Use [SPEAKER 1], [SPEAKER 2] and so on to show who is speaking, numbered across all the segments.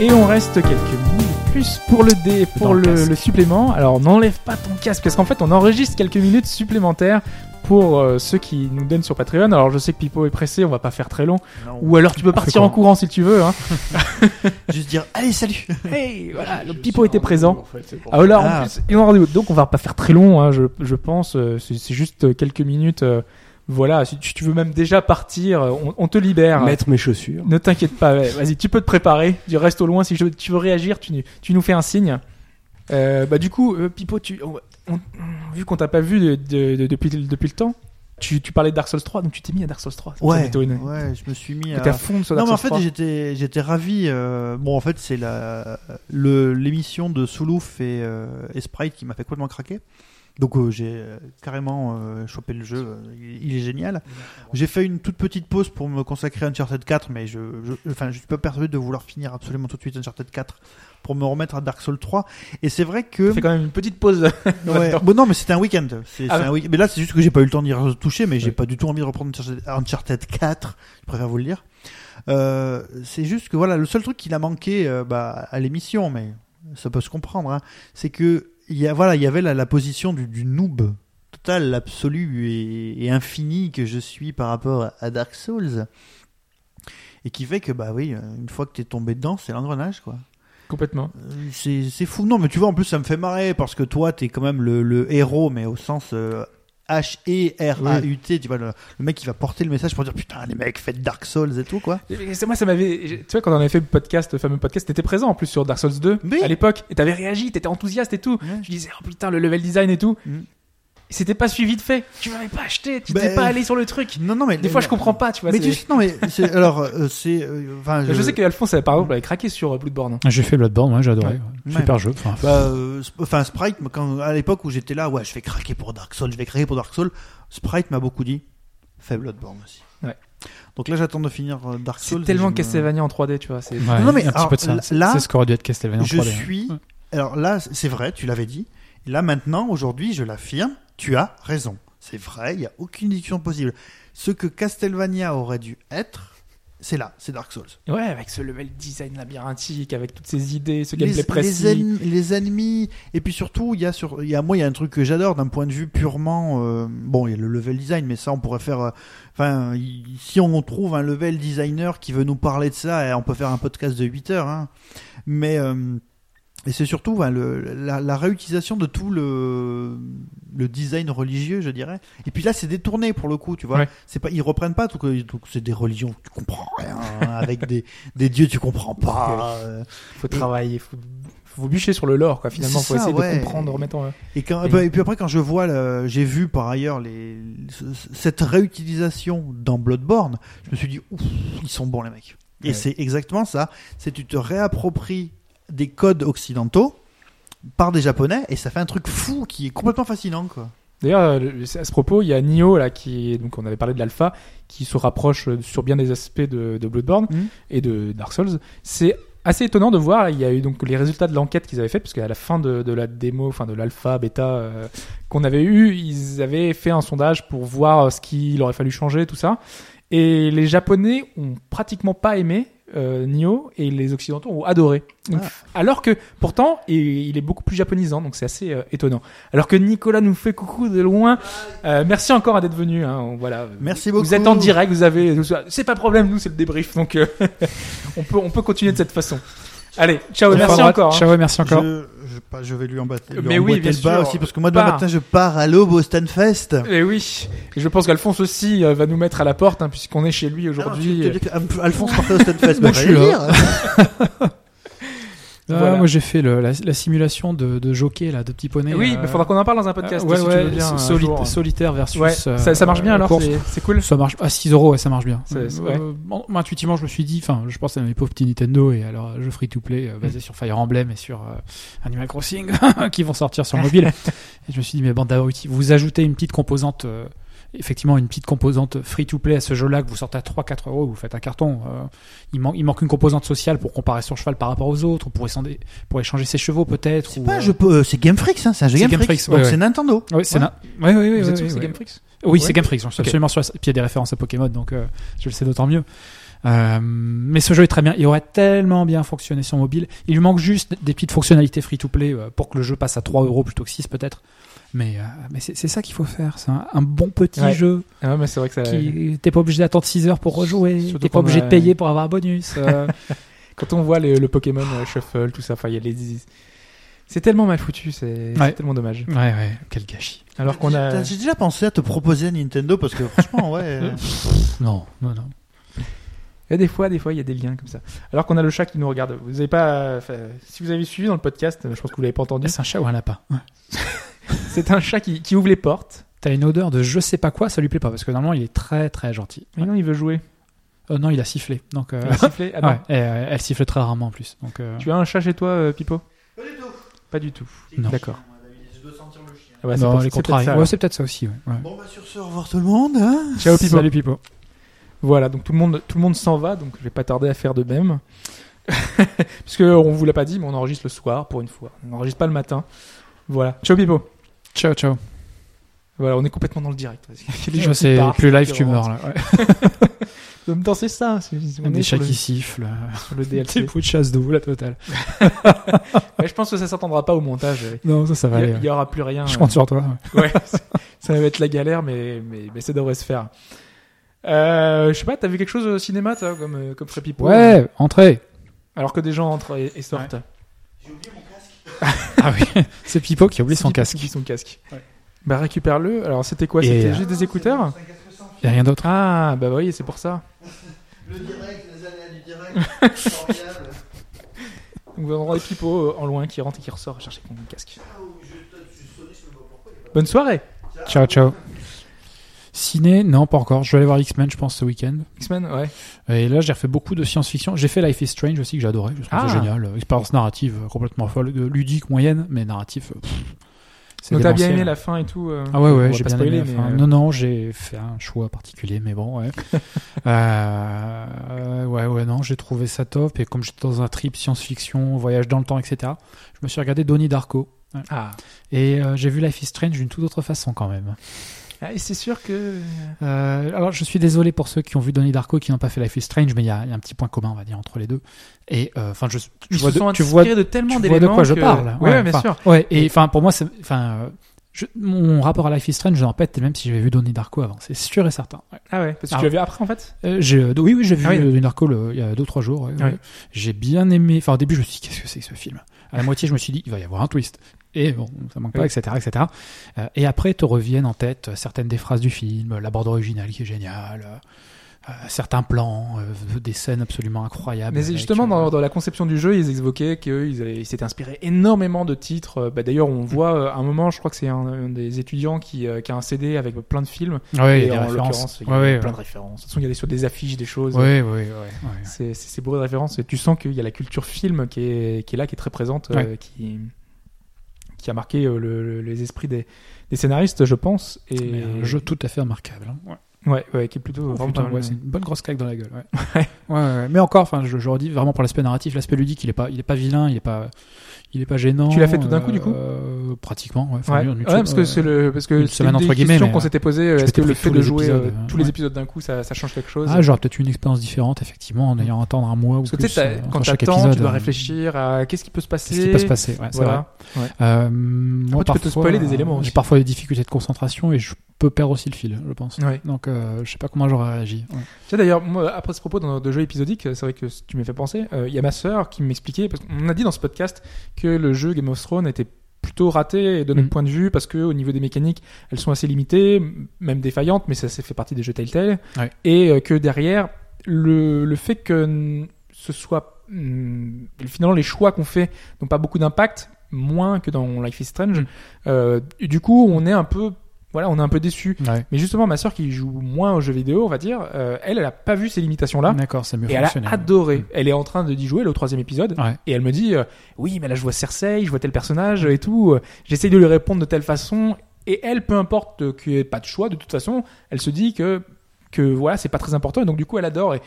[SPEAKER 1] Et on reste quelques minutes plus pour le dé, pour
[SPEAKER 2] Dans le
[SPEAKER 1] le,
[SPEAKER 2] casque.
[SPEAKER 1] le supplément. Alors n'enlève pas ton casque parce qu'en fait on enregistre quelques minutes supplémentaires pour euh, ceux qui nous donnent sur Patreon. Alors je sais que Pipo est pressé, on va pas faire très long. Ou alors tu peux partir
[SPEAKER 2] quoi
[SPEAKER 1] en courant si tu veux. Hein.
[SPEAKER 2] Juste dire, allez, salut
[SPEAKER 1] Hey, voilà, le
[SPEAKER 3] Je
[SPEAKER 1] Pipo
[SPEAKER 3] sais,
[SPEAKER 1] était
[SPEAKER 3] en
[SPEAKER 1] présent.
[SPEAKER 3] double, en fait, c'est pour-
[SPEAKER 1] Ah, là, en
[SPEAKER 2] Ah.
[SPEAKER 1] plus, il y en aura des autres. Donc, on va pas faire très long, hein, je, je pense. euh, C'est c'est juste quelques minutes. euh, voilà, si tu tu veux même déjà partir, euh, on, on te libère.
[SPEAKER 3] Mettre mes chaussures.
[SPEAKER 1] Ne t'inquiète pas, ouais, vas-y, tu peux te préparer. Tu restes au loin. Si je- tu veux réagir, tu, tu nous fais un signe. Euh, bah, du coup, euh, Pipo, tu, on- on- vu qu'on t'a pas vu de- de- de- depuis, depuis le temps, tu, tu parlais de Dark Souls 3, donc tu t'es mis à Dark Souls 3.
[SPEAKER 2] Ouais,
[SPEAKER 1] T'es
[SPEAKER 2] ouais, je me suis mis à...
[SPEAKER 1] à fond sur
[SPEAKER 2] Non,
[SPEAKER 1] Dark
[SPEAKER 2] mais en
[SPEAKER 1] Souls
[SPEAKER 2] fait, j'étais, j'étais ravi. euh, bon, en fait, c'est la, le, l'émission de Soulouf et, euh, et Sprite qui m'a fait complètement craquer. Donc, euh, j'ai euh, carrément euh, chopé le jeu. euh, Il, il est génial. J'ai fait une toute petite pause pour me consacrer à Uncharted 4, mais je, je, enfin, je suis pas persuadé de vouloir finir absolument tout de suite Uncharted 4 pour me remettre à Dark Souls 3. Et c'est vrai que.
[SPEAKER 1] 3. Fais quand même une petite pause.
[SPEAKER 2] Ouais.
[SPEAKER 1] D'accord.
[SPEAKER 2] Bon, non, mais c'était un week-end. C'est,
[SPEAKER 1] Ah
[SPEAKER 2] c'est
[SPEAKER 1] ouais.
[SPEAKER 2] un week- Mais là, c'est juste que j'ai pas eu le temps d'y retoucher, mais j'ai
[SPEAKER 1] Ouais.
[SPEAKER 2] pas du tout envie de reprendre Uncharted- Uncharted 4. Je préfère vous le dire. Euh, c'est juste que voilà, le seul truc qu'il a manqué euh, bah, à l'émission, mais ça peut se comprendre, hein, c'est que il y a voilà, il y avait la, la position du, du noob total, absolu et, et infini que je suis par rapport à, à Dark Souls. Et qui fait que, bah oui, euh, une fois que t'es tombé dedans, c'est l'engrenage, quoi.
[SPEAKER 1] Complètement.
[SPEAKER 2] Euh, C'est c'est fou. Non, mais tu vois, en plus, ça me fait marrer parce que toi, t'es quand même le, le héros, mais au sens euh, E H-E-R-A-U-T. Tu vois, le, le mec qui va porter le message pour dire putain, les mecs, faites Dark Souls et tout, quoi.
[SPEAKER 1] Et C'est moi, ça m'avait. j'ai- Tu vois, quand on avait fait le podcast, le fameux podcast, t'étais présent en plus sur Dark Souls 2
[SPEAKER 2] Oui.
[SPEAKER 1] à l'époque, et t'avais réagi, t'étais enthousiaste et tout.
[SPEAKER 2] Ouais.
[SPEAKER 1] Je disais, oh putain, le level design et tout.
[SPEAKER 2] Mm.
[SPEAKER 1] Et C'était pas suivi de fait. Tu m'avais pas acheté, tu
[SPEAKER 2] Ben,
[SPEAKER 1] t'es pas allé sur le truc.
[SPEAKER 2] Non, non, mais.
[SPEAKER 1] Des fois, je comprends pas, tu vois.
[SPEAKER 2] Mais
[SPEAKER 1] c'est-
[SPEAKER 2] tu sais, non, mais c'est- alors, euh, c'est. euh, Enfin,
[SPEAKER 1] je... sais qu'Alphonse, par exemple, avait craqué sur euh, Bloodborne.
[SPEAKER 4] J'ai fait Bloodborne, ouais, j'ai adoré.
[SPEAKER 1] Ouais.
[SPEAKER 4] ouais. Super jeu. Enfin,
[SPEAKER 2] Bah, euh, Sp- enfin, Sprite, quand, à l'époque où j'étais là, ouais, je vais craquer pour Dark Souls, je vais craquer pour Dark Souls, Sprite m'a beaucoup dit, fais Bloodborne aussi.
[SPEAKER 1] Ouais.
[SPEAKER 2] Donc là, j'attends de finir euh, Dark Souls.
[SPEAKER 1] C'est
[SPEAKER 2] et
[SPEAKER 1] tellement
[SPEAKER 2] je me-
[SPEAKER 1] Castlevania en 3D, tu vois. c'est-
[SPEAKER 4] ouais,
[SPEAKER 2] non, mais
[SPEAKER 4] un petit
[SPEAKER 2] alors,
[SPEAKER 4] peu de ça.
[SPEAKER 2] là-
[SPEAKER 4] C'est-
[SPEAKER 2] là,
[SPEAKER 4] c'est ce qu'aurait dû être Castlevania en
[SPEAKER 2] Je
[SPEAKER 4] 3D. hein.
[SPEAKER 2] suis.
[SPEAKER 4] Ouais.
[SPEAKER 2] Alors là, c'est vrai, tu l'avais dit. Et là, maintenant, aujourd'hui, je l'affirme, tu as raison. C'est vrai, il n'y a aucune discussion possible. Ce que Castlevania aurait dû être, c'est là, c'est Dark Souls.
[SPEAKER 1] Ouais, avec ce level design labyrinthique, avec toutes ces idées, ce
[SPEAKER 2] les,
[SPEAKER 1] gameplay précis.
[SPEAKER 2] les ennemis, les ennemis. et puis surtout il y a sur il y a moi il y a un truc que j'adore d'un point de vue purement euh, bon il y a le level design mais ça on pourrait faire euh, enfin il- si on trouve un level designer qui veut nous parler de ça eh, on peut faire un podcast de 8 heures hein. mais euh, et c'est surtout ben, le- la, la réutilisation de tout le, le design religieux, je dirais. Et puis là, c'est détourné pour le coup, tu vois.
[SPEAKER 1] Ouais.
[SPEAKER 2] C'est pas, ils reprennent pas tout que tout que c'est des religions, tu comprends rien, hein, avec des, des dieux, tu comprends pas. euh.
[SPEAKER 1] Faut travailler, faut, faut vous bûcher sur le lore, quoi. Finalement,
[SPEAKER 2] C'est
[SPEAKER 1] faut
[SPEAKER 2] ça,
[SPEAKER 1] essayer
[SPEAKER 2] ouais.
[SPEAKER 1] de comprendre, remettre en. euh.
[SPEAKER 2] Et, quand,
[SPEAKER 1] Et-
[SPEAKER 2] bah, et puis après, quand je vois, le- j'ai vu par ailleurs les, ce- cette réutilisation dans Bloodborne, je me suis dit, ouf, ils sont bons les mecs. Et
[SPEAKER 1] Ouais.
[SPEAKER 2] c'est exactement ça. C'est tu te réappropries des codes occidentaux par des japonais et ça fait un truc fou qui est complètement fascinant quoi.
[SPEAKER 1] D'ailleurs, euh, le- à ce propos, il y a Nioh là qui, donc on avait parlé de l'alpha, qui se rapproche euh, sur bien des aspects de, de Bloodborne
[SPEAKER 2] Mhm.
[SPEAKER 1] et de Dark Souls. C'est assez étonnant de voir. Il y a eu donc les résultats de l'enquête qu'ils avaient fait, parce qu'à la fin de, de la démo, enfin de l'alpha, bêta euh, qu'on avait eu, ils avaient fait un sondage pour voir euh, ce qu'il aurait fallu changer, tout ça. Et les Japonais ont pratiquement pas aimé euh, Nioh et les Occidentaux ont adoré. Donc, Alors que pourtant, il, il est beaucoup plus japonisant, donc c'est assez euh, étonnant. Alors que Nicolas nous fait coucou de loin. Euh, merci encore à d'être venu. Hein, on- voilà.
[SPEAKER 2] Merci
[SPEAKER 1] Vous
[SPEAKER 2] beaucoup.
[SPEAKER 1] êtes en direct, vous avez. C'est pas problème, nous c'est le débrief, donc euh, on peut on peut continuer de cette façon. Allez, ciao,
[SPEAKER 4] Ouais,
[SPEAKER 1] merci
[SPEAKER 4] Fabrat.
[SPEAKER 1] encore. hein.
[SPEAKER 4] Ciao, ouais, merci encore.
[SPEAKER 2] Je, je, pas- je vais lui embattre. lui
[SPEAKER 1] Mais oui, bien
[SPEAKER 2] emboîter le bas
[SPEAKER 1] sûr. Euh,
[SPEAKER 2] aussi parce que moi demain
[SPEAKER 1] Pars.
[SPEAKER 2] matin je pars à l'aube au Ah, Stanfest.
[SPEAKER 1] Et Eh oui, et je pense qu'Alphonse aussi euh, va nous mettre à la porte, hein, puisqu'on est chez lui aujourd'hui. euh,
[SPEAKER 2] Ah, tu- tu- tu- Alphonse partait au Stanfest. bah,
[SPEAKER 4] je suis
[SPEAKER 2] fallait
[SPEAKER 4] là.
[SPEAKER 2] le dire.
[SPEAKER 4] Ah,
[SPEAKER 1] Voilà.
[SPEAKER 4] Moi, j'ai fait le- la, la simulation de, de jockey, là, de petit poney.
[SPEAKER 1] oui,
[SPEAKER 4] euh,
[SPEAKER 1] mais faudra qu'on en parle dans un podcast.
[SPEAKER 4] ouais,
[SPEAKER 1] si tu
[SPEAKER 4] ouais,
[SPEAKER 1] veux bien, un
[SPEAKER 4] soli-
[SPEAKER 1] jour. hein.
[SPEAKER 4] solitaire versus.
[SPEAKER 1] Ouais,
[SPEAKER 4] euh,
[SPEAKER 1] ça, ça marche bien alors,
[SPEAKER 4] course.
[SPEAKER 1] c'est- c'est cool.
[SPEAKER 4] Ça marche à 6 euros, ouais, ça marche bien.
[SPEAKER 1] C'est- c'est-
[SPEAKER 4] Euh,
[SPEAKER 1] ouais.
[SPEAKER 4] bon, moi, intuitivement, je me suis dit, enfin, je pense à mes pauvres petits Nintendo et alors jeux free to play euh,
[SPEAKER 1] Mm.
[SPEAKER 4] basés sur Fire Emblem et sur euh, Animal Crossing qui vont sortir sur mobile. et je me suis dit, mais bande d'abrutis, vous ajoutez une petite composante, euh, effectivement, une petite composante free to play à ce jeu-là que vous sortez à 3-4 euros, vous faites un carton. euh, il, manque, il manque une composante sociale pour comparer son cheval par rapport aux autres, ou pour, échanger- pour échanger ses chevaux peut-être.
[SPEAKER 2] C'est
[SPEAKER 4] ou,
[SPEAKER 2] pas
[SPEAKER 4] euh,
[SPEAKER 2] je peux- c'est Game Freak ça, c'est un jeu
[SPEAKER 4] C'est
[SPEAKER 2] Game,
[SPEAKER 4] Game
[SPEAKER 2] Freak.
[SPEAKER 4] Freak,
[SPEAKER 2] Donc
[SPEAKER 4] ouais,
[SPEAKER 2] c'est
[SPEAKER 4] ouais.
[SPEAKER 2] Nintendo.
[SPEAKER 4] Ouais, c'est
[SPEAKER 2] Ouais.
[SPEAKER 4] na- ouais, ouais, ouais,
[SPEAKER 1] Vous êtes
[SPEAKER 4] ouais,
[SPEAKER 1] sûr que c'est
[SPEAKER 4] ouais.
[SPEAKER 1] Game Freaks
[SPEAKER 4] Oui,
[SPEAKER 1] Ouais.
[SPEAKER 4] c'est Game Freaks, j'en suis
[SPEAKER 1] Ok.
[SPEAKER 4] absolument sûr. Et Puis il y a des références à Pokémon, donc euh, je le sais d'autant mieux. Euh, mais ce jeu est très bien. Il aurait tellement bien fonctionné sur mobile. Il lui manque juste des petites fonctionnalités free-to-play euh, pour que le jeu passe à 3 euros plutôt que 6 peut-être. Mais, euh, mais c'est c'est ça qu'il faut faire. C'est un, un bon petit
[SPEAKER 1] Ouais.
[SPEAKER 4] jeu.
[SPEAKER 1] Ah ouais, mais c'est vrai que ça.
[SPEAKER 4] Qui... T'es pas obligé d'attendre 6 heures pour rejouer.
[SPEAKER 1] Surtout
[SPEAKER 4] T'es pas
[SPEAKER 1] qu'on
[SPEAKER 4] obligé
[SPEAKER 1] a-
[SPEAKER 4] de payer pour avoir un bonus. euh,
[SPEAKER 1] Quand on voit les- le Pokémon euh, Shuffle, tout ça, enfin, il y a les. C'est tellement mal foutu, c'est c'est
[SPEAKER 4] Ouais.
[SPEAKER 1] tellement dommage.
[SPEAKER 4] ouais, ouais, quel gâchis.
[SPEAKER 1] Alors qu'on a.
[SPEAKER 2] T'as- J'ai déjà pensé à te proposer à Nintendo parce que franchement, ouais. euh,
[SPEAKER 4] Non, non, non.
[SPEAKER 1] Et des fois, des fois, il y a des liens comme ça. Alors qu'on a le chat qui nous regarde. Vous avez pas. enfin, si vous avez suivi dans le podcast, euh, je pense que vous l'avez pas entendu.
[SPEAKER 4] C'est un chat ou un lapin
[SPEAKER 1] C'est un chat qui, qui ouvre les portes.
[SPEAKER 4] T'as une odeur de je sais pas quoi, ça lui plaît pas parce que normalement il est très très gentil.
[SPEAKER 1] Mais non, il veut jouer.
[SPEAKER 4] Euh, non, il a sifflé. Donc, euh,
[SPEAKER 1] Il a sifflé. Ah non.
[SPEAKER 4] ouais, et, euh, elle siffle très rarement en plus. Donc, euh,
[SPEAKER 1] Tu as un chat chez toi, euh, Pipo
[SPEAKER 2] Pas du tout.
[SPEAKER 1] Pas du tout.
[SPEAKER 4] Non.
[SPEAKER 1] D'accord.
[SPEAKER 2] Je dois sentir le chien.
[SPEAKER 1] Ah ouais, c'est
[SPEAKER 4] non,
[SPEAKER 1] pour-
[SPEAKER 4] les
[SPEAKER 1] c'est peut-être
[SPEAKER 4] contraries.
[SPEAKER 1] ça,
[SPEAKER 4] ouais,
[SPEAKER 1] alors.
[SPEAKER 4] c'est peut-être ça aussi. ouais, ouais.
[SPEAKER 2] Bon, bah sur ce, au revoir tout le monde. hein.
[SPEAKER 1] Ciao, Pipo.
[SPEAKER 4] Salut Pipo.
[SPEAKER 1] Voilà, donc tout le monde, tout le monde s'en va, donc je vais pas tarder à faire de même. Puisque on vous l'a pas dit, mais on enregistre le soir pour une fois. On n'enregistre pas le matin. Voilà. Ciao, Pipo.
[SPEAKER 4] Ciao, ciao.
[SPEAKER 1] Voilà, on est complètement dans le direct. Les gens
[SPEAKER 4] Je
[SPEAKER 1] qui
[SPEAKER 4] sais,
[SPEAKER 1] partent,
[SPEAKER 4] plus live,
[SPEAKER 1] qui
[SPEAKER 4] tu
[SPEAKER 1] rentrent.
[SPEAKER 4] meurs là. ouais.
[SPEAKER 1] En même temps, c'est ça. c'est- on
[SPEAKER 4] Des
[SPEAKER 1] est
[SPEAKER 4] chats
[SPEAKER 1] sur le,
[SPEAKER 4] qui sifflent. euh,
[SPEAKER 1] sur le
[SPEAKER 4] Des
[SPEAKER 1] DLC.
[SPEAKER 4] pots de chasse d'eau, la totale.
[SPEAKER 1] Ouais, je pense que ça s'entendra pas au montage. euh.
[SPEAKER 4] Non, ça, ça va
[SPEAKER 1] Il y
[SPEAKER 4] aller.
[SPEAKER 1] a- il y aura plus rien.
[SPEAKER 4] Je
[SPEAKER 1] euh.
[SPEAKER 4] compte sur toi.
[SPEAKER 1] Ouais, c'est- ça va être la galère, mais, mais, mais ça devrait se faire. Euh, je sais pas, t'as vu quelque chose au cinéma, toi, comme, euh, comme Free People
[SPEAKER 4] Ouais, entrez.
[SPEAKER 1] Alors que des gens entrent et, et sortent.
[SPEAKER 4] Ah oui, c'est Pipo qui oublie son
[SPEAKER 1] Skip
[SPEAKER 4] casque.
[SPEAKER 1] oublie son casque.
[SPEAKER 4] Ouais.
[SPEAKER 1] Bah récupère-le. Alors c'était quoi
[SPEAKER 4] Et,
[SPEAKER 1] C'était
[SPEAKER 4] euh,
[SPEAKER 1] juste des écouteurs
[SPEAKER 4] Il a rien d'autre.
[SPEAKER 1] Ah bah oui, c'est pour ça.
[SPEAKER 2] Le direct, les aléas du direct. c'est formidable.
[SPEAKER 1] Donc on aura des pipeaux euh, en loin qui rentrent et qui ressortent à chercher mon casque. Bonne soirée
[SPEAKER 4] Ciao, ciao. Ciné, non, pas encore. Je vais aller voir X-Men, je pense, ce week-end.
[SPEAKER 1] X-Men, ouais.
[SPEAKER 4] Et là, j'ai refait beaucoup de science-fiction. J'ai fait Life is Strange aussi, que j'adorais. Je trouve ça
[SPEAKER 1] Ah.
[SPEAKER 4] génial. Euh, Expérience narrative euh, complètement folle, euh, ludique, moyenne, mais narratif. euh, pff, c'est
[SPEAKER 1] Donc t'as bien
[SPEAKER 4] démentiel.
[SPEAKER 1] aimé la fin et tout euh,
[SPEAKER 4] Ah ouais,
[SPEAKER 1] on va
[SPEAKER 4] ouais, j'ai
[SPEAKER 1] pas
[SPEAKER 4] bien
[SPEAKER 1] spoiler,
[SPEAKER 4] aimé la
[SPEAKER 1] mais,
[SPEAKER 4] fin.
[SPEAKER 1] euh,
[SPEAKER 4] Non, non, j'ai fait un choix particulier, mais bon, ouais. Euh, euh, ouais, ouais, non, j'ai trouvé ça top. Et comme j'étais dans un trip science-fiction, voyage dans le temps, etc., je me suis regardé Donnie Darko.
[SPEAKER 1] Ah,
[SPEAKER 4] Et euh, j'ai vu Life is Strange d'une toute autre façon quand même.
[SPEAKER 1] Ah, et c'est sûr que...
[SPEAKER 4] Euh, alors, je suis désolé pour ceux qui ont vu Donnie Darko et qui n'ont pas fait Life is Strange, mais il y, a il y a un petit point commun, on va dire, entre les deux. Et euh, enfin, je, tu
[SPEAKER 1] Ils
[SPEAKER 4] vois,
[SPEAKER 1] se
[SPEAKER 4] de,
[SPEAKER 1] sont
[SPEAKER 4] tu vois,
[SPEAKER 1] inspirés de tellement
[SPEAKER 4] tu vois de
[SPEAKER 1] d'éléments
[SPEAKER 4] quoi je
[SPEAKER 1] que-
[SPEAKER 4] parle.
[SPEAKER 1] Ouais, ouais, bien
[SPEAKER 4] enfin,
[SPEAKER 1] sûr.
[SPEAKER 4] Ouais, et enfin, pour moi, c'est, enfin, euh, je- mon rapport à Life is Strange, je le répète, même si j'avais vu Donnie Darko avant, c'est sûr et certain. Ouais.
[SPEAKER 1] Ah ouais, parce que tu
[SPEAKER 4] Ah ouais.
[SPEAKER 1] l'as vu après en fait
[SPEAKER 4] Euh, j'ai, euh, oui, oui, j'ai vu
[SPEAKER 1] Ah oui.
[SPEAKER 4] euh, Donnie Darko le- il y a 2-3 jours. ouais,
[SPEAKER 1] Ah
[SPEAKER 4] ouais.
[SPEAKER 1] oui.
[SPEAKER 4] J'ai bien aimé. Enfin, au début, je me suis dit, qu'est-ce que c'est que ce film À la moitié, je me suis dit, il va y avoir un twist. Et bon, ça manque pas,
[SPEAKER 1] Oui.
[SPEAKER 4] etc. etc. Euh, et après, te reviennent en tête euh, certaines des phrases du film, euh, la bande originale qui est géniale, euh, euh, certains plans, euh, des scènes absolument incroyables.
[SPEAKER 1] Mais c'est
[SPEAKER 4] avec,
[SPEAKER 1] justement,
[SPEAKER 4] euh,
[SPEAKER 1] dans, dans la conception du jeu, ils évoquaient qu'ils avaient- ils s'étaient inspirés énormément de titres. Euh, Bah, D'ailleurs, on voit euh, à un moment, je crois que c'est un, un des étudiants qui, euh, qui a un CD avec plein de films.
[SPEAKER 4] Ouais, il
[SPEAKER 1] et
[SPEAKER 4] y a des
[SPEAKER 1] en
[SPEAKER 4] références.
[SPEAKER 1] l'occurrence, il y
[SPEAKER 4] Ouais,
[SPEAKER 1] a
[SPEAKER 4] ouais,
[SPEAKER 1] plein de références. De toute façon, il y a des, sur des affiches, des choses.
[SPEAKER 4] ouais, ouais, ouais, ouais.
[SPEAKER 1] C'est c'est- c'est bourré de références. Et tu sens qu'il y a la culture film qui est, qui est là, qui est très présente, euh, qui, qui a marqué euh, le- le- les esprits des, des scénaristes, je pense. Et
[SPEAKER 4] Mais un jeu tout à fait remarquable. hein. Ouais.
[SPEAKER 1] Ouais, Oh, ouais, qui est plutôt vraiment
[SPEAKER 4] Putain,
[SPEAKER 1] pas mal.
[SPEAKER 4] ouais, c'est une bonne grosse claque dans la gueule. Ouais. Ouais, ouais. Mais encore, enfin, je, je redis vraiment pour l'aspect narratif, l'aspect ludique, il est pas, il est pas vilain, il est pas, il est pas gênant.
[SPEAKER 1] Tu l'as fait tout d'un coup, du coup
[SPEAKER 4] Euh, Pratiquement. Ouais, Enfin,
[SPEAKER 1] Ouais.
[SPEAKER 4] en
[SPEAKER 1] Ouais,
[SPEAKER 4] YouTube,
[SPEAKER 1] parce que
[SPEAKER 4] euh,
[SPEAKER 1] c'est le parce que
[SPEAKER 4] une
[SPEAKER 1] c'est
[SPEAKER 4] semaine
[SPEAKER 1] une
[SPEAKER 4] entre
[SPEAKER 1] des
[SPEAKER 4] guillemets,
[SPEAKER 1] questions
[SPEAKER 4] mais,
[SPEAKER 1] qu'on
[SPEAKER 4] euh,
[SPEAKER 1] s'était posée. Est-ce que
[SPEAKER 4] t'étais
[SPEAKER 1] le
[SPEAKER 4] fait
[SPEAKER 1] fait
[SPEAKER 4] tous
[SPEAKER 1] de
[SPEAKER 4] les
[SPEAKER 1] jouer euh,
[SPEAKER 4] épisodes,
[SPEAKER 1] tous les
[SPEAKER 4] ouais.
[SPEAKER 1] épisodes d'un coup, ça, ça change quelque chose
[SPEAKER 4] Ah, j'aurais peut-être eu une expérience différente, effectivement, en ayant à attendre un mois ou
[SPEAKER 1] Parce que tu
[SPEAKER 4] plus.
[SPEAKER 1] sais, t'as-
[SPEAKER 4] euh, entre
[SPEAKER 1] quand
[SPEAKER 4] chaque
[SPEAKER 1] t'attends,
[SPEAKER 4] épisode,
[SPEAKER 1] tu dois
[SPEAKER 4] euh,
[SPEAKER 1] réfléchir à qu'est-ce qui peut se passer.
[SPEAKER 4] Qu'est-ce qui peut se passer ouais, c'est vrai.
[SPEAKER 1] Voilà.
[SPEAKER 4] Euh, moi,
[SPEAKER 1] tu peux te
[SPEAKER 4] parfois,
[SPEAKER 1] spoiler des
[SPEAKER 4] euh,
[SPEAKER 1] éléments aussi.
[SPEAKER 4] J'ai parfois des difficultés de concentration et je peux perdre aussi le fil, je pense.
[SPEAKER 1] Ouais.
[SPEAKER 4] Donc, euh, je sais pas comment j'aurais réagi. Ouais.
[SPEAKER 1] Tu sais, d'ailleurs, moi, après ce propos de, de jeu épisodique, euh, c'est vrai que tu m'as fait penser. euh, Il y a ma sœur qui m'expliquait, parce qu'on a dit dans ce podcast que le jeu Game of Thrones était plutôt raté de notre
[SPEAKER 4] Mm.
[SPEAKER 1] point de vue parce que au niveau des mécaniques elles sont assez limitées m- même défaillantes mais ça, ça fait partie des jeux Telltale
[SPEAKER 4] Ouais.
[SPEAKER 1] et euh, que derrière le, le fait que mm, ce soit mm, finalement les choix qu'on fait n'ont pas beaucoup d'impact moins que dans Life is Strange
[SPEAKER 4] Mm.
[SPEAKER 1] Euh, et du coup on est un peu voilà on est un peu déçu
[SPEAKER 4] Ouais.
[SPEAKER 1] mais justement, ma sœur qui joue moins aux jeux vidéo, on va dire, euh, elle, elle a pas vu ces limitations-là.
[SPEAKER 4] D'accord, ça a mieux
[SPEAKER 1] Et elle a
[SPEAKER 4] fonctionné. ouais. Mm.
[SPEAKER 1] adoré. Elle est en train de d'y jouer, le troisième épisode.
[SPEAKER 4] Ouais.
[SPEAKER 1] Et elle me dit, euh, oui, mais là, je vois Cersei, je vois tel personnage et tout. euh, J'essaye de lui répondre de telle façon. Et elle, peu importe euh, qu'il n'y ait pas de choix, de toute façon, elle se dit que, que voilà, c'est pas très important. Et donc, du coup, elle adore. Et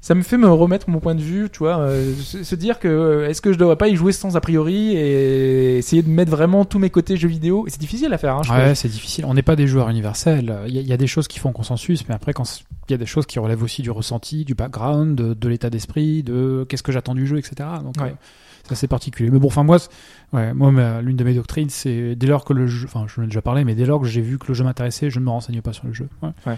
[SPEAKER 1] ça me fait me remettre mon point de vue, tu vois, euh, se, se dire que euh, est-ce que je dois pas y jouer sans a priori et essayer de mettre vraiment tous mes côtés jeux vidéo. Et C'est difficile à faire, hein, je pense.
[SPEAKER 4] Ouais, c'est difficile. On n'est pas des joueurs universels. Il y, a- il y a des choses qui font consensus, mais après, quand c- il y a des choses qui relèvent aussi du ressenti, du background, de, de l'état d'esprit, de qu'est-ce que j'attends du jeu, etc. Donc,
[SPEAKER 1] Ouais.
[SPEAKER 4] euh, c'est assez particulier. Mais bon, enfin, moi, c'est- ouais, moi ma- l'une de mes doctrines, c'est dès lors que le jeu, enfin, je l'ai déjà parlé, mais dès lors que j'ai vu que le jeu m'intéressait, je ne me renseignais pas sur le jeu. Ouais.
[SPEAKER 1] Ouais.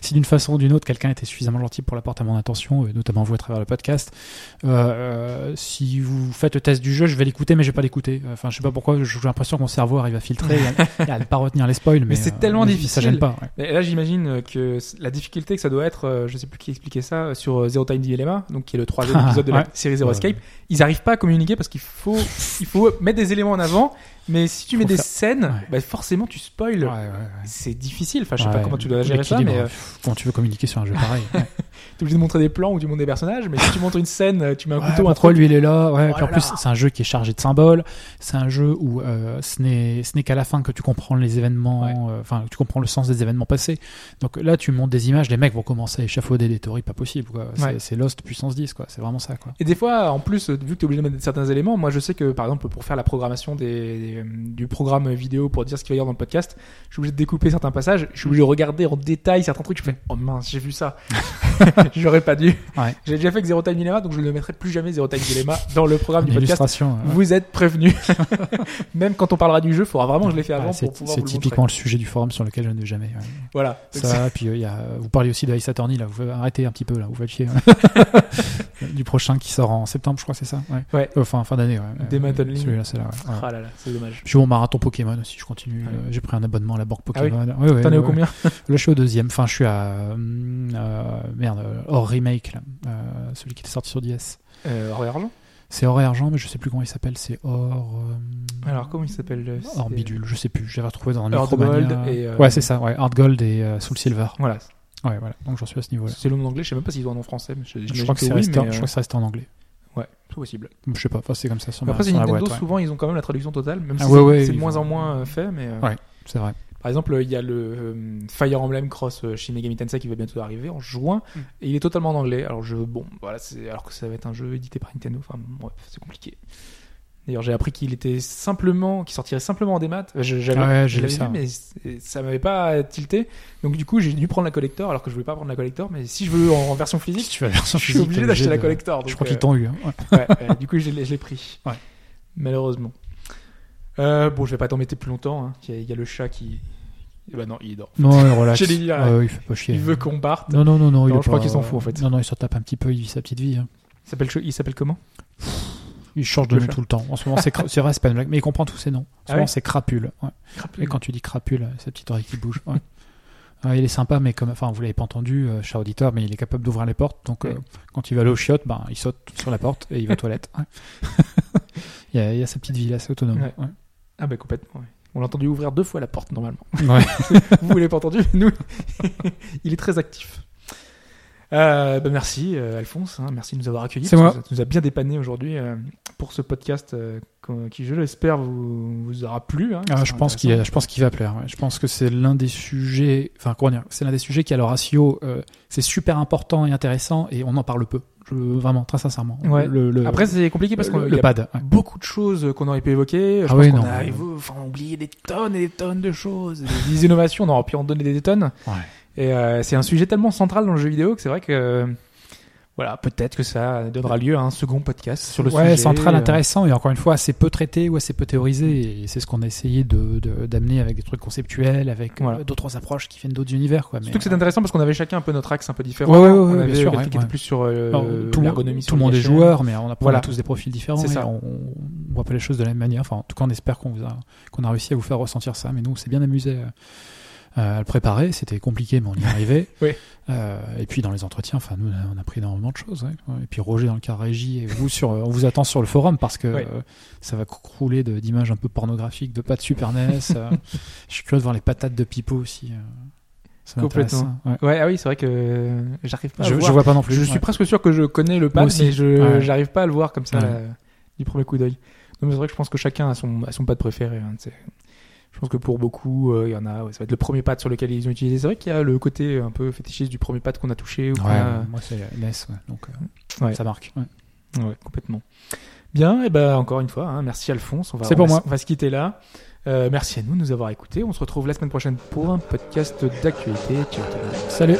[SPEAKER 4] si d'une façon ou d'une autre, quelqu'un était suffisamment gentil pour la porter à mon attention, et notamment vous à travers le podcast, euh, euh, si vous faites le test du jeu, je vais l'écouter, mais je vais pas l'écouter. Enfin, je sais pas pourquoi, j'ai l'impression que mon cerveau arrive à filtrer et à, et à ne pas retenir les spoils. Mais,
[SPEAKER 1] c'est tellement
[SPEAKER 4] Ça
[SPEAKER 1] difficile.
[SPEAKER 4] gêne pas. ouais.
[SPEAKER 1] Et là, j'imagine euh, que c- la difficulté que ça doit être, euh, je sais plus qui expliquait ça, euh, sur euh, Zero Time Dilemma, donc qui est le troisième épisode de la
[SPEAKER 4] Ah, Ouais.
[SPEAKER 1] série Zero
[SPEAKER 4] Ouais.
[SPEAKER 1] Escape, ils arrivent pas à communiquer parce qu'il faut, il faut mettre des éléments en avant, mais si tu mets
[SPEAKER 4] Faut
[SPEAKER 1] des
[SPEAKER 4] faire-
[SPEAKER 1] scènes,
[SPEAKER 4] Ouais.
[SPEAKER 1] bah, forcément tu spoil.
[SPEAKER 4] Ouais, ouais, ouais.
[SPEAKER 1] C'est difficile, enfin je sais pas
[SPEAKER 4] Ouais,
[SPEAKER 1] comment tu dois gérer ça, mais
[SPEAKER 4] l'équilibre,
[SPEAKER 1] euh,
[SPEAKER 4] pff, Quand tu veux communiquer sur un jeu pareil. ouais.
[SPEAKER 1] t'es obligé de montrer des plans ou tu montres des personnages, mais si tu montres une scène, euh, tu mets un
[SPEAKER 4] Ouais,
[SPEAKER 1] couteau, un
[SPEAKER 4] pourquoi
[SPEAKER 1] truc.
[SPEAKER 4] lui il est là ouais,
[SPEAKER 1] Oh
[SPEAKER 4] puis en
[SPEAKER 1] là
[SPEAKER 4] plus c'est un jeu qui est chargé de symboles c'est un jeu où euh, ce n'est ce n'est qu'à la fin que tu comprends les événements euh, enfin que tu comprends le sens des événements passés donc là tu montes des images les mecs vont commencer à échafauder des théories pas possible quoi C'est-
[SPEAKER 1] Ouais.
[SPEAKER 4] c'est Lost puissance 10 quoi c'est vraiment ça quoi
[SPEAKER 1] Et des fois, en plus, euh, vu que t'es obligé de mettre certains éléments, moi je sais que par exemple pour faire la programmation des, des, euh, du programme vidéo pour dire ce qu'il va y avoir dans le podcast, je suis obligé de découper certains passages, je suis obligé de regarder en détail certains trucs, je fais oh mince, j'ai vu ça, j'aurais pas dû.
[SPEAKER 4] Ouais.
[SPEAKER 1] J'ai déjà fait avec Zero Time Dilemma, donc je ne mettrai plus jamais Zero Time Dilemma dans le programme Ah, du podcast.
[SPEAKER 4] l'illustration euh, ouais.
[SPEAKER 1] Vous êtes prévenus. Même quand on parlera du jeu, faudra vraiment que je l'ai fait
[SPEAKER 4] Ouais,
[SPEAKER 1] avant
[SPEAKER 4] c'est
[SPEAKER 1] pour pouvoir
[SPEAKER 4] c'est
[SPEAKER 1] vous le
[SPEAKER 4] typiquement le sujet du forum sur lequel je ne vais jamais. ouais.
[SPEAKER 1] montrer. Voilà. Donc, c'est-
[SPEAKER 4] Ça, puis euh, il y a, vous parliez aussi de Ice Attorney, là, vous arrêtez un petit peu, là, vous faites chier. ouais. du prochain qui sort en septembre, je crois, c'est ça Ouais.
[SPEAKER 1] Ouais.
[SPEAKER 4] Enfin, fin d'année, ouais.
[SPEAKER 1] Des
[SPEAKER 4] Euh,
[SPEAKER 1] Madeline.
[SPEAKER 4] Celui-là, c'est là, ouais. Ouais.
[SPEAKER 1] Ah là là, c'est dommage.
[SPEAKER 4] Puis mon marathon Pokémon aussi, je continue.
[SPEAKER 1] Ouais.
[SPEAKER 4] Euh, J'ai pris un abonnement à la banque
[SPEAKER 1] Ah oui
[SPEAKER 4] Pokémon. Ouais, ouais,
[SPEAKER 1] T'en es au
[SPEAKER 4] ouais.
[SPEAKER 1] combien
[SPEAKER 4] Là, je suis au deuxième. Enfin, je suis à. hum, euh, merde, euh, hors remake, là. Euh, celui qui était sorti sur DS.
[SPEAKER 1] euh, Or et Argent.
[SPEAKER 4] C'est hors et argent, mais je sais plus comment il s'appelle. C'est hors. euh,
[SPEAKER 1] Alors, comment il s'appelle euh, le-
[SPEAKER 4] hors
[SPEAKER 1] c'est-
[SPEAKER 4] bidule, je sais plus. J'avais retrouvé dans un
[SPEAKER 1] Hard
[SPEAKER 4] Micromania.
[SPEAKER 1] Gold et, euh,
[SPEAKER 4] Ouais, c'est ça, ouais. Hard Gold et euh, Soul Silver.
[SPEAKER 1] Voilà,
[SPEAKER 4] Ouais, voilà. Donc j'en suis à ce niveau-là.
[SPEAKER 1] c'est le nom anglais, je sais même pas s'ils ont un nom français, mais je,
[SPEAKER 4] Je crois que, c'est
[SPEAKER 1] oui,
[SPEAKER 4] resté,
[SPEAKER 1] mais,
[SPEAKER 4] je
[SPEAKER 1] euh,
[SPEAKER 4] crois que c'est resté en anglais.
[SPEAKER 1] Ouais, c'est possible.
[SPEAKER 4] Je sais pas, enfin, c'est comme ça sur ma-
[SPEAKER 1] Après, c'est
[SPEAKER 4] sur la
[SPEAKER 1] Nintendo,
[SPEAKER 4] boîte, ouais.
[SPEAKER 1] souvent, ils ont quand même la traduction totale, même
[SPEAKER 4] Ah,
[SPEAKER 1] si
[SPEAKER 4] ouais,
[SPEAKER 1] c'est-
[SPEAKER 4] ouais,
[SPEAKER 1] c'est de
[SPEAKER 4] ils
[SPEAKER 1] moins
[SPEAKER 4] ont-
[SPEAKER 1] en moins euh, fait. Mais, euh,
[SPEAKER 4] Ouais. C'est vrai.
[SPEAKER 1] Par exemple, il y a le euh, Fire Emblem Cross euh, chez Megami Tensei qui va bientôt arriver en juin,
[SPEAKER 4] Mm.
[SPEAKER 1] et il est totalement en anglais. Alors, je, bon, voilà, c'est- alors que ça va être un jeu édité par Nintendo, enfin, bon, bref, c'est compliqué. D'ailleurs, j'ai appris qu'il était simplement, qu'il sortirait simplement en démat. Euh, je- J'avais,
[SPEAKER 4] Ah ouais,
[SPEAKER 1] je
[SPEAKER 4] j'ai vu
[SPEAKER 1] l'avais
[SPEAKER 4] ça.
[SPEAKER 1] vu, mais c'est- ça m'avait pas tilté. Donc, du coup, j'ai dû prendre la collector, alors que je voulais pas prendre la collector, mais si je veux en, en version
[SPEAKER 4] Si
[SPEAKER 1] physique,
[SPEAKER 4] tu veux la version
[SPEAKER 1] je suis
[SPEAKER 4] physique,
[SPEAKER 1] obligé
[SPEAKER 4] t'es
[SPEAKER 1] d'acheter la
[SPEAKER 4] de-
[SPEAKER 1] collector.
[SPEAKER 4] Je
[SPEAKER 1] donc,
[SPEAKER 4] crois
[SPEAKER 1] euh,
[SPEAKER 4] qu'ils t'ont eu. hein. Ouais.
[SPEAKER 1] ouais, euh, du coup, je l'ai je l'ai pris.
[SPEAKER 4] Ouais.
[SPEAKER 1] Malheureusement. Euh, bon, je vais pas t'embêter plus longtemps. hein. Il y, a- il y a le chat qui. Eh ben non, il dort.
[SPEAKER 4] Non, ouais, relax.
[SPEAKER 1] Chez les lilas,
[SPEAKER 4] Ouais, il fait pas chier.
[SPEAKER 1] Il veut qu'on parte.
[SPEAKER 4] Non, non, non, non. il
[SPEAKER 1] Non,
[SPEAKER 4] est
[SPEAKER 1] je crois
[SPEAKER 4] pas-
[SPEAKER 1] qu'il s'en fout, en fait.
[SPEAKER 4] Non, non, il se tape un petit peu, il vit sa petite vie. hein.
[SPEAKER 1] Il s'appelle cho- il s'appelle comment
[SPEAKER 4] Il change
[SPEAKER 1] Le
[SPEAKER 4] de nom
[SPEAKER 1] chat.
[SPEAKER 4] tout le temps. En ce moment, c'est cra- c'est vrai, c'est pas une blague, mais il comprend tous ses noms. En ce
[SPEAKER 1] Ah Mmh.
[SPEAKER 4] moment,
[SPEAKER 1] ouais
[SPEAKER 4] c'est Crapule. ouais. Et quand tu dis Crapule, euh, sa petite oreille qui bouge. ouais. Euh, il est sympa, mais comme, enfin, vous l'avez pas entendu, euh, cher auditeur, mais il est capable d'ouvrir les portes. Donc, euh,
[SPEAKER 1] Ouais.
[SPEAKER 4] quand il va aller aux chiottes, ben, il saute sur la porte et il va aux toilettes. ouais. il, y a, il y a sa petite vie, là, c'est autonome.
[SPEAKER 1] Ouais. Ah bah complètement. ouais. On l'a entendu ouvrir deux fois la porte normalement.
[SPEAKER 4] Ouais. Ouais.
[SPEAKER 1] Vous l'avez pas entendu mais Nous, il est très actif. Euh, bah, merci euh, Alphonse, hein, merci de nous avoir accueillis.
[SPEAKER 4] C'est
[SPEAKER 1] parce
[SPEAKER 4] moi.
[SPEAKER 1] que Ça nous a bien dépanné aujourd'hui euh, pour ce podcast euh, qu'on- qui, je l'espère, vous, vous aura plu. hein,
[SPEAKER 4] Ah,
[SPEAKER 1] qui
[SPEAKER 4] je
[SPEAKER 1] sera
[SPEAKER 4] pense qu'il
[SPEAKER 1] intéressant.
[SPEAKER 4] je pense qu'il va plaire. ouais. Je pense que c'est l'un des sujets, enfin comment dire, c'est l'un des sujets qui a le ratio, euh, c'est super important et intéressant et on en parle peu. Je- vraiment très sincèrement.
[SPEAKER 1] Ouais.
[SPEAKER 4] Le, le-
[SPEAKER 1] Après c'est compliqué parce
[SPEAKER 4] Euh, le-
[SPEAKER 1] qu'on
[SPEAKER 4] le,
[SPEAKER 1] il y a
[SPEAKER 4] pad. ouais.
[SPEAKER 1] beaucoup de choses qu'on aurait pu évoquer. Je
[SPEAKER 4] Ah
[SPEAKER 1] pense
[SPEAKER 4] oui,
[SPEAKER 1] qu'on
[SPEAKER 4] non.
[SPEAKER 1] a évo- enfin, oublié des tonnes et des tonnes de choses, des, des innovations, on aurait pu en donner des tonnes.
[SPEAKER 4] Ouais.
[SPEAKER 1] Et euh, c'est un sujet tellement central dans le jeu vidéo que c'est vrai que euh, voilà, peut-être que ça donnera lieu à un second podcast sur le
[SPEAKER 4] ouais,
[SPEAKER 1] sujet.
[SPEAKER 4] central,
[SPEAKER 1] Euh,
[SPEAKER 4] intéressant et encore une fois assez peu traité ou assez peu théorisé et c'est ce qu'on a essayé de de- d'amener avec des trucs conceptuels, avec euh,
[SPEAKER 1] Voilà.
[SPEAKER 4] d'autres approches qui viennent d'autres univers quoi. Mais,
[SPEAKER 1] Surtout que c'est
[SPEAKER 4] euh,
[SPEAKER 1] intéressant parce qu'on avait chacun un peu notre axe un peu différent.
[SPEAKER 4] Ouais, ouais, ouais, ouais,
[SPEAKER 1] on avait
[SPEAKER 4] bien sûr,
[SPEAKER 1] Gaël
[SPEAKER 4] ouais,
[SPEAKER 1] qui était
[SPEAKER 4] ouais.
[SPEAKER 1] plus sur euh,
[SPEAKER 4] alors, tout le monde-
[SPEAKER 1] l'ergonomie
[SPEAKER 4] tout
[SPEAKER 1] sur
[SPEAKER 4] le
[SPEAKER 1] les
[SPEAKER 4] monde est
[SPEAKER 1] gâchettes.
[SPEAKER 4] joueur, mais on a
[SPEAKER 1] Voilà.
[SPEAKER 4] tous des profils différents.
[SPEAKER 1] C'est
[SPEAKER 4] et
[SPEAKER 1] ça.
[SPEAKER 4] On, on voit pas les choses de la même manière. Enfin, en tout cas, on espère qu'on vous a, qu'on a réussi à vous faire ressentir ça. Mais nous, on s'est bien amusé euh, à le préparer. C'était compliqué, mais on y arrivait.
[SPEAKER 1] Oui.
[SPEAKER 4] Euh, et puis dans les entretiens, enfin, nous, on a- on a pris énormément de choses. ouais. Ouais. Et puis Roger dans le cas régie, et vous sur, euh, on vous attend sur le forum parce que
[SPEAKER 1] Oui.
[SPEAKER 4] euh, ça va crouler de- d'images un peu pornographiques, de pas de Super NES. euh, je suis curieux de voir les patates de Pipo aussi. euh. Ça m'intéresse,
[SPEAKER 1] Complètement.
[SPEAKER 4] hein. Ouais.
[SPEAKER 1] Ouais, ah oui, c'est vrai que euh, j'arrive pas à
[SPEAKER 4] Je,
[SPEAKER 1] le
[SPEAKER 4] je
[SPEAKER 1] voir.
[SPEAKER 4] vois pas non plus.
[SPEAKER 1] Je
[SPEAKER 4] Ouais.
[SPEAKER 1] suis presque sûr que je connais le pas,
[SPEAKER 4] Moi aussi.
[SPEAKER 1] mais je
[SPEAKER 4] Ouais.
[SPEAKER 1] j'arrive pas à le voir comme ça euh,
[SPEAKER 4] Ouais.
[SPEAKER 1] là, du premier coup d'œil. Donc c'est vrai que je pense que chacun a son, a son pad préféré. hein, tu sais. Je pense que pour beaucoup, euh, il y en a. ouais, ça va être le premier pad sur lequel ils ont utilisé. C'est vrai qu'il y a le côté un peu fétichiste du premier pad qu'on a touché. Ou qu'on a-
[SPEAKER 4] moi c'est NES, ouais, donc euh,
[SPEAKER 1] Ouais.
[SPEAKER 4] ça marque. euh, ouais.
[SPEAKER 1] Ouais, complètement. Bien, et ben encore une fois, hein, merci Alphonse. On va,
[SPEAKER 4] C'est
[SPEAKER 1] on
[SPEAKER 4] pour
[SPEAKER 1] va-
[SPEAKER 4] moi.
[SPEAKER 1] On va se quitter là. Euh, merci à nous de nous avoir écoutés. On se retrouve la semaine prochaine pour un podcast d'actualité. Ciao, ciao.
[SPEAKER 4] Salut.